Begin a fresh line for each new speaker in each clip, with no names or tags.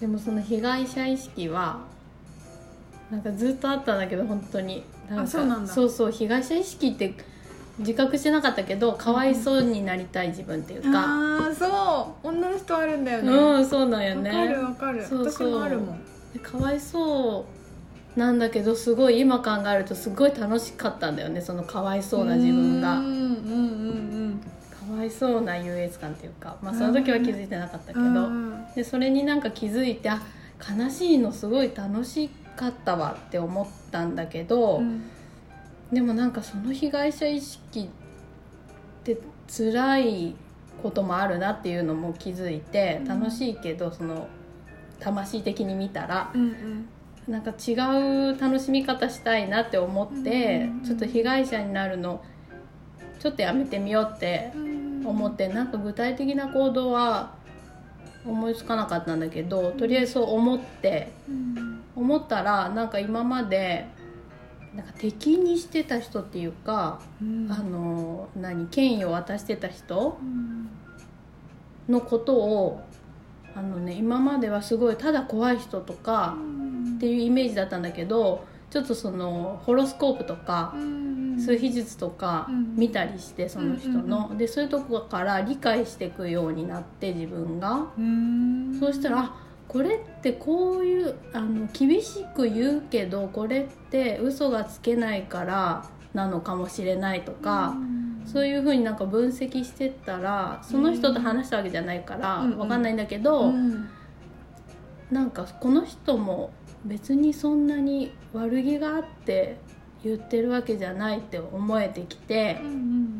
でもその被害者意識はなんかずっとあったんだけど本当にか
あそうなんだ
そうそう被害者意識って自覚してなかったけどかわいそうになりたい自分っていうか
ああそう女の人あるんだよ
う
ね
ん、
わ、
そうなんよね
かるわかる
そうそう
私もあるもん
でかわいそうなんだけどすごい今考えるとすごい楽しかったんだよねそのかわいそうな自分が
うんうんうん
かわいそうな優越感っていうか、まあ、その時は気づいてなかったけ
う
ど
んうん
でそれになんか気づいてあ悲しいのすごい楽しかったわって思ったんだけど、
うん
でもなんかその被害者意識って辛いこともあるなっていうのも気づいて
うん
楽しいけどその魂的に見たら
うんうん
なんか違う楽しみ方したいなって思って、
うん
ちょっと被害者になるのちょっとやめてみようって
うん
思ってなんか具体的な行動は思いつかなかったんだけどとりあえずそう思って
うん
思ったらなんか今までなんか敵にしてた人っていうか、
うん
あの何権威を渡してた人
うん
のことをあのね今まではすごいただ怖い人とかっていうイメージだったんだけどちょっとそのホロスコープとか
うん
数秘術とか
うん
見たりしてその人の、
うん
でそういうとこから理解していくようになって自分が、
うん
そうしたらあこれってこういうあの厳しく言うけどこれって嘘がつけないからなのかもしれないとか、そういうふうになんか分析してったらその人と話したわけじゃないから
うん
わかんないんだけど、
うん
なんかこの人も別にそんなに悪気があって言ってるわけじゃないって思えてきて。
うんう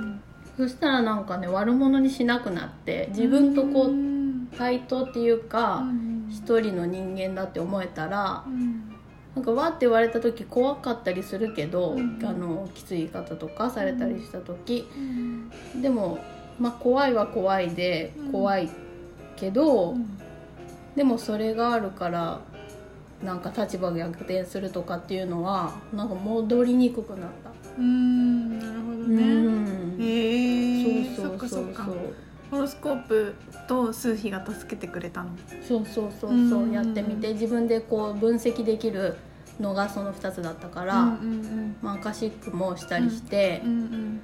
ん
そしたらなんかね悪者にしなくなって
うん
自分とこう
う
ん対等っていう
う
か
ん
一人の人間だって思えたら
うん
なんかわって言われた時怖かったりするけど、
うん
あのきつい言い方とかされたりした時、
うん
でも、まあ、怖いは怖いで
うん
怖いけど、
うん
でもそれがあるからなんか立場が逆転するとかっていうのはなんか戻りにくくなった。
うんなるほど
う
ね
ん
へえ
そうそうそ
っ
うそ
かっか
う。
ホロスコープと数秘が助けてくれたの
そうそうそうそう、
うん
やってみて自分でこう分析できるのがその2つだったから、
うん
まあ、アカシックもしたりして
うんうん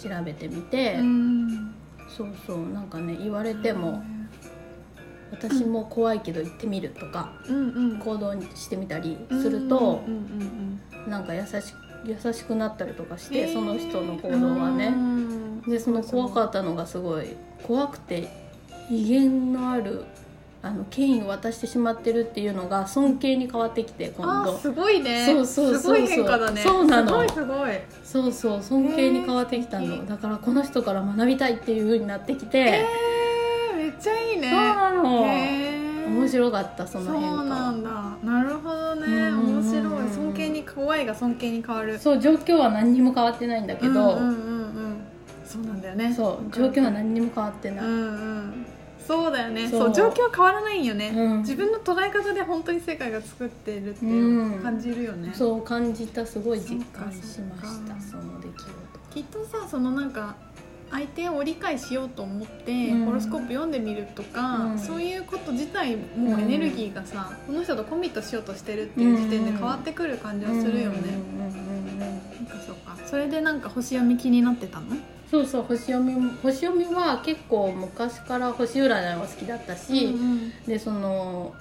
調べてみて、
うん
そうそうなんかね言われ
うん
ても、私も怖いけど行ってみるとか
うんうん
行動してみたりすると
う、んうんうん
なんか優し優しくなったりとかして、
えー
その人の行動は
う
ね。
ん
でその怖かったのがすごい怖くて威厳のあるあの権威を渡してしまってるっていうのが尊敬に変わってきて今
あ
度
ーすごいね
そうそうそうそう
すごい変化だね
そうなの
すごいすごい
そうそう尊敬に変わってきたの、
えー素敵
だからこの人から学びたいっていう風になってきて、
えー、めっちゃいいね
そうなの、
へー
面白かったそ
そ
の変化
うなんだなるほどね
うん
面白い尊敬に怖いが尊敬に変わる
そう状況は何にも変わってないんだけど、
うんうんうんうんそうなんだよね
そう状
わか
況
る
は何にも変わって
う
ない、
んうんそうだよね
そう
そう状況変わらないんよね、
うん
自分の捉え方で本当に世界が作ってるっていう感じるよね、
そう感じたすごい実感し
そっ
ま
かそっ
した
か
その出来事
きっとさそのなんか相手を理解しようと思って、
うん
ホロスコープ読んでみるとか、
うん
そういうこと自体もうエネルギーがさ、この人とコミットしようとしてるっていう時点で変わってくる感じはする
うん
よね、
うんうんうん
なんかそうかそれでなんか星読み気になってたの
そうそう星読みも星読みは結構昔から星占いは好きだったし、
うん
でその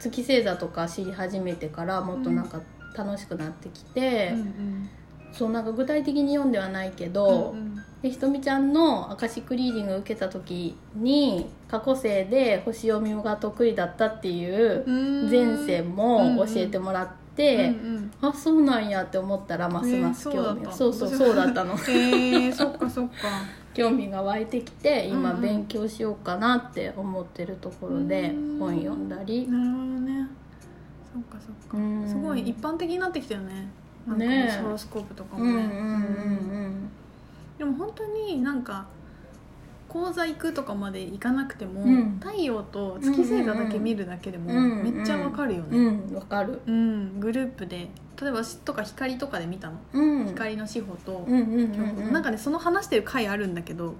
月星座とか知り始めてからもっとなんか楽しくなってきて、
うん
そうなんか具体的に読んではないけ
うん
ど、でひとみちゃんのアカシックリーディングを受けた時に過去生で星読みが得意だったっていう
うん
前世も教えてもらって、
うんうん
あそうなんやって思ったらますます興味が、
ねそ
そうう
だっ
そ
た
うそうだったの
へえそっかそっか
興味が湧いてきて今
うんうん
勉強しようかなって思ってるところで
うん
本読んだり、
なるほどねそっかそっか
うん
すごい一般的になってきたよねなんか
ねえ
ホロスコープとか
う
も
んうん
ね、
うん
でも本当になんか講座行くとかまで行かなくても、
うん
太陽と月星座だけ見るだけでも
うんうん
めっちゃわかるよ
うんう
ね、
んうんわかる
うんグループで例えば私とか光とかで見たの
うん
光の志保と、
うんうんうんうん
なんかねその話してる回あるんだけど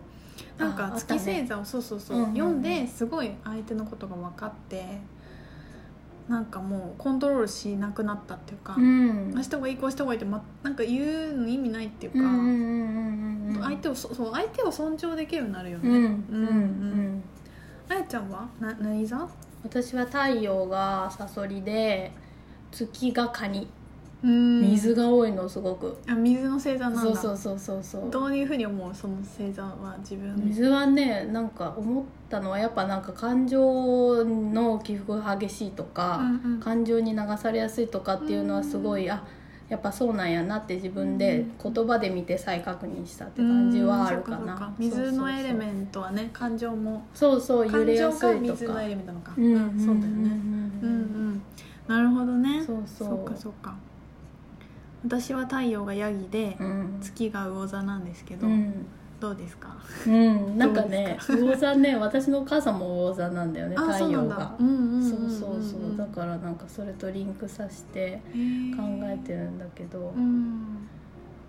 なん
ああ
か
った
月
ね
星座をそうそうそう、
うんうんうん
読んですごい相手のことが分かってなんかもうコントロールしなくなったっていうか、
うん
ああした方がいいこうした方がいいって、ま、なんか言うの意味ないっていう
う
か、
んうんうんうんうん
相手をそそう相手を尊重できるようになるよ
う
ね、
んうんう
うん
ん
あやちゃんはな何座
私は太陽がサソリで月がカニ
うん
水が多いのすごく、
あ水の星座なんだ
そうそうそうそうそう
どういうふうに思うその星座は自分
水はねなんか思ったのはやっぱなんか感情の起伏が激しいと
う
か、
んうん
感情に流されやすいとかっていうのはすごい、あやっぱそうなんやなって自分で言葉で見て再確認したって感じはあるか
うんそっそっ
な、
水のエレ
ン
メントはね感情も
そうそう揺
感
れや
情
す
が
いと
水の
か
エレメントなのか、
うん
うんそうだよねうんう
ね
んなるほどね
そう
そ
そう
っかそっか私は太陽がヤギで、
うん
月が魚座なんですけど、
うん
どうですか
うん、なんかね魚座ね私のお母さんも魚座なんだよね
あ
太陽が
そうなんだ
そ
んんん
うんそうそうだからなんかそれとリンクさせて
へー
考えてるんだけど、
うん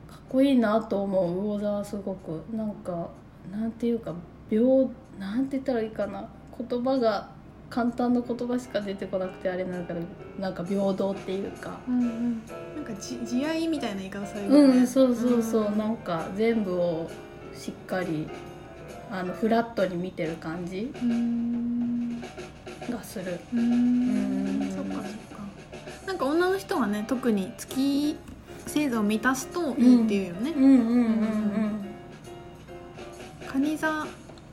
かっこいいなと思う魚座はすごくなんかなんていうか秒なんて言ったらいいかな言葉が簡単な言葉しか出てこなくてあれなんだけどなんか平等っていうか
うんうんなんかじ慈愛みたいな言い方される
う
よ
ん、
ね
そうそうそう、
ん
なんか全部をしっかりあのフラットに見てる感じ
うん
がする
う
うん
んそっかそっかなんか女の人はね特に月星座を満たすといいっていうよね
うんうんうん
うん蟹座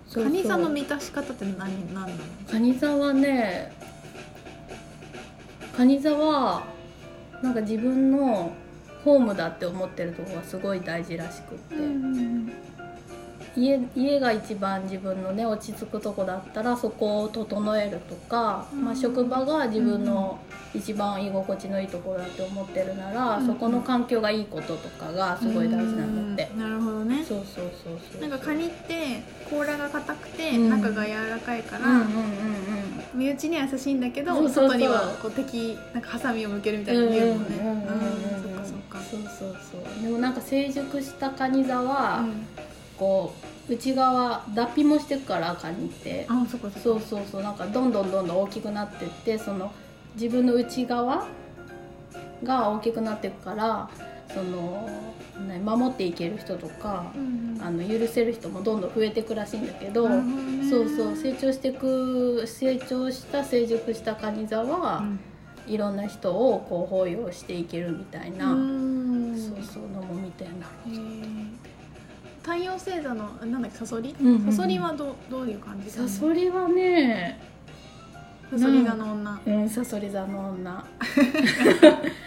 そうそう
蟹座の満たし方って何何なの
カニ座はねカニ座はなんか自分のホームだって思ってるところがすごい大事らしくって、家家が一番自分のね落ち着くとこだったらそこを整えるとか、
うん
まあ、職場が自分の一番居心地のいいところだって思ってるなら、
うん
そこの環境がいいこととかがすごい大事なんだって
う、んなるほどね
そうそうそうそう
なんかカニって甲羅が硬くて
うん
中が柔らかいか
うんうんうん
ら身内には優しいんだけ
そ
ど
うそうそう
外にはこう敵なんかハサミを向けるみたいな言うもんね
うんうんうん
うんそっ
うん
かそっか
そうそうそうでもなんか成熟したカニ座は、
うん
こう内側脱皮もしてくからカニって
あそっかそっか
そうそうそうなんかどんどんどんどん大きくなってってその自分の内側が大きくなっていくからその、ね、守っていける人とか
う、んうん
あの許せる人もどんどん増えていくらしいんだけど、
なるほどね
そうそう成長していく成長した成熟したカニ座は、いろんな人をこう包容していけるみたいな、
うん
そうそうのもみたいな
へー太陽星座のなんだっけサソリ、
うんうんうん
サソリはどうどういう感じ
サソリはね
サソリ座の女
うん、サソリ座の 女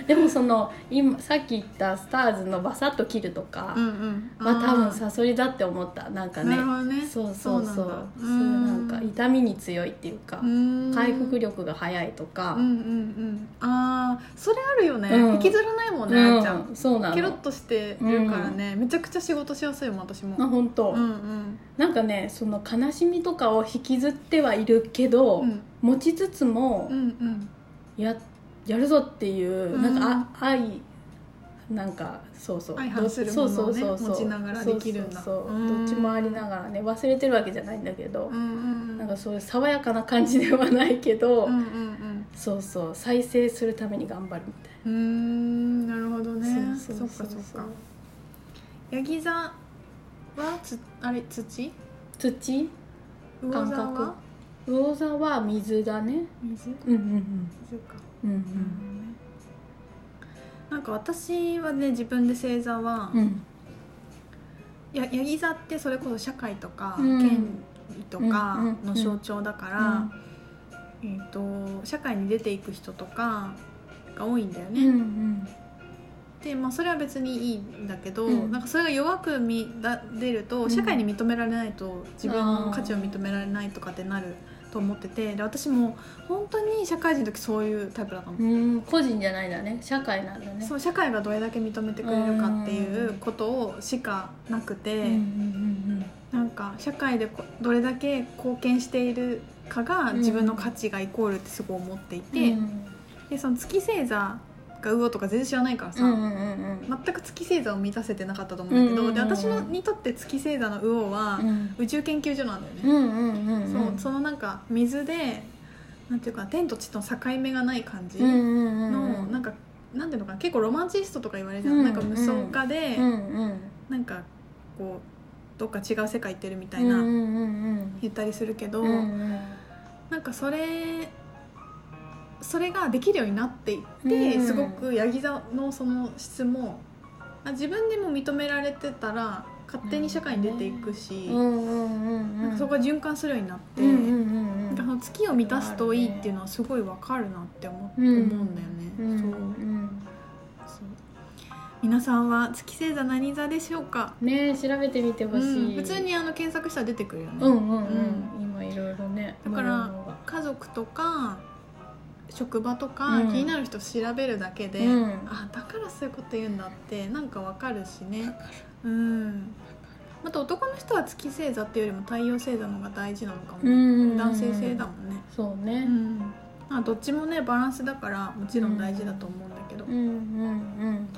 でもその今さっき言ったスターズのバサッと切るとか
うんうん
は多
あ
分
ー
サソリだって思ったなんかね
なるほどね
そうそうそうそう
そう
そういうな
なんんだ
か
うん
痛みに強いっていうか
うん
回復力が早いとか、
うんうんうんああそれあるよね、
うん
引きずらないもんね、
うん
あーちゃん
そうなの
ケロッとしてるからね、めちゃくちゃ仕事しやすいもん私も
あ本当、
うんうん
なんかねその悲しみとかを引きずってはいるけど、
うん
持ちつつも
うんうん
ややるぞっていう、
うん
なんかあ愛なんかそうそう
相反するものをね
どそうそうそうそう
持ちながらできるんだ
そうそうそう
うん
どっちもありながらね忘れてるわけじゃないんだけど
う、ん
なんかそういう爽やかな感じではないけど、
うんうん
そうそう再生するために頑張るみた
うんうーんなるほど
いな、
ね
そ
そうっ
そ
か
うそう
そっかヤギ座はつあれ土
土
魚
感
座
覚
は
魚座は水だね
水
うんうん
水か、
うんう
うんん、なんか私はね自分で星座は、
うんうん
やヤギ座ってそれこそ社会とか、
うん
権威とか
うんうん
の象徴だから、えー、と社会に出ていく人とかが多いんだよ
う
ね、
んうん
で、まあ、それは別にいいんだけど、
うん
なんかそれが弱く見だ出る
う
と
ん
社会に認められないと自分の価値を認められないとかってなると思っててで私も本当に社会人の時そういうタイプだったの、
うん個人じゃないんだね社会なんだね
そう社会がどれだけ認めてくれるかっていうことをしかなくて、
うんうんうん
なんか社会でこどれだけ貢献しているかが自分の価値がイコールってすごい思ってい
うん
て。
うん
でその月星座が魚とか全然知らないからさ、
うんうんうん
全く月星座を満たせてなかったと思うんだけど、
うんうんうん
で私のにとって月星座の魚は
うん
宇宙研究所なんだよ
う
ね、
んうんうんうん
そうそのなんか水でなんていうか天と地との境目がない感じ
うんう
の、
んうんうん
なんかなんていうのかな結構ロマンチストとか言われるじゃん、
うん
なんか無双家で、
うんうん
なんかこうどっか違う世界行ってるみたい
うん
な、
うんうん
言ったりするけど、
うんうん
なんかそれそれができるようになっていって、
うん
すごくヤギ座のその質もあ自分でも認められてたら勝手に社会に出ていくし、
うんうんうん
なん
う
か
ん
そこが循環するようになって、
うんうんうんうん
なんかその月を満たすといいっていうのはすごいわかるなって思,、
うん
思うんだよね。
うん
そう
うん
そう皆さんは月星座何座でしょうか、
ねえ調べてみてほし
うん
い
普通にあの検索したら出てくるよね。
うんうんうん今いろいろね
だから
模様が
家族とか職場とか、
うん
気になる人調べるだけで、
うん
あだからそういうこと言うんだってなんかわかるしねうんまた男の人は月星座っていうよりも太陽星座の方が大事なのかも、
うんうんうん
男性性だもんね、
そう
う
ね
んまあ、どっちもねバランスだからもちろん大事だと思うんだけど、
うんうん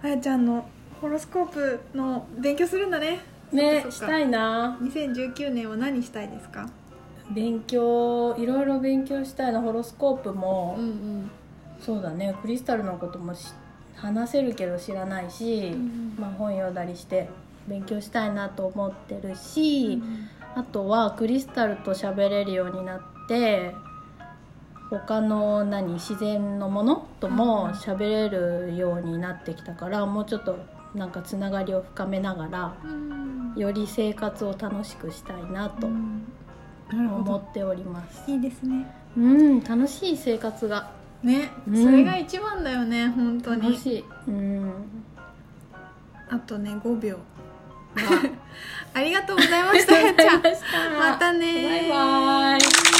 あやちゃんのホロスコープの勉強するんだね
うんね
そっか
し
そっか
たいな
2019年は何したいですか
勉強いろいろ勉強したいなホロスコープも、
ん
そうだねクリスタルのこともし話せるけど知らないし、
うん
まあ、本読んだりして勉強したいなと思ってるし、
うん
あとはクリスタルと喋れるようになって他の何自然のものとも喋れるようになってきたから、もうちょっとなんかつながりを深めながら
うん
より生活を楽しくしたいなと
うんなるほ
思
ど
っております。
いいですね
うん、楽しい生活が
ね、
うん
それが一番だよね本当
楽
に
しい。うん。
あとね5秒 ありがとうございましたやっちゃんまたね
バイバイ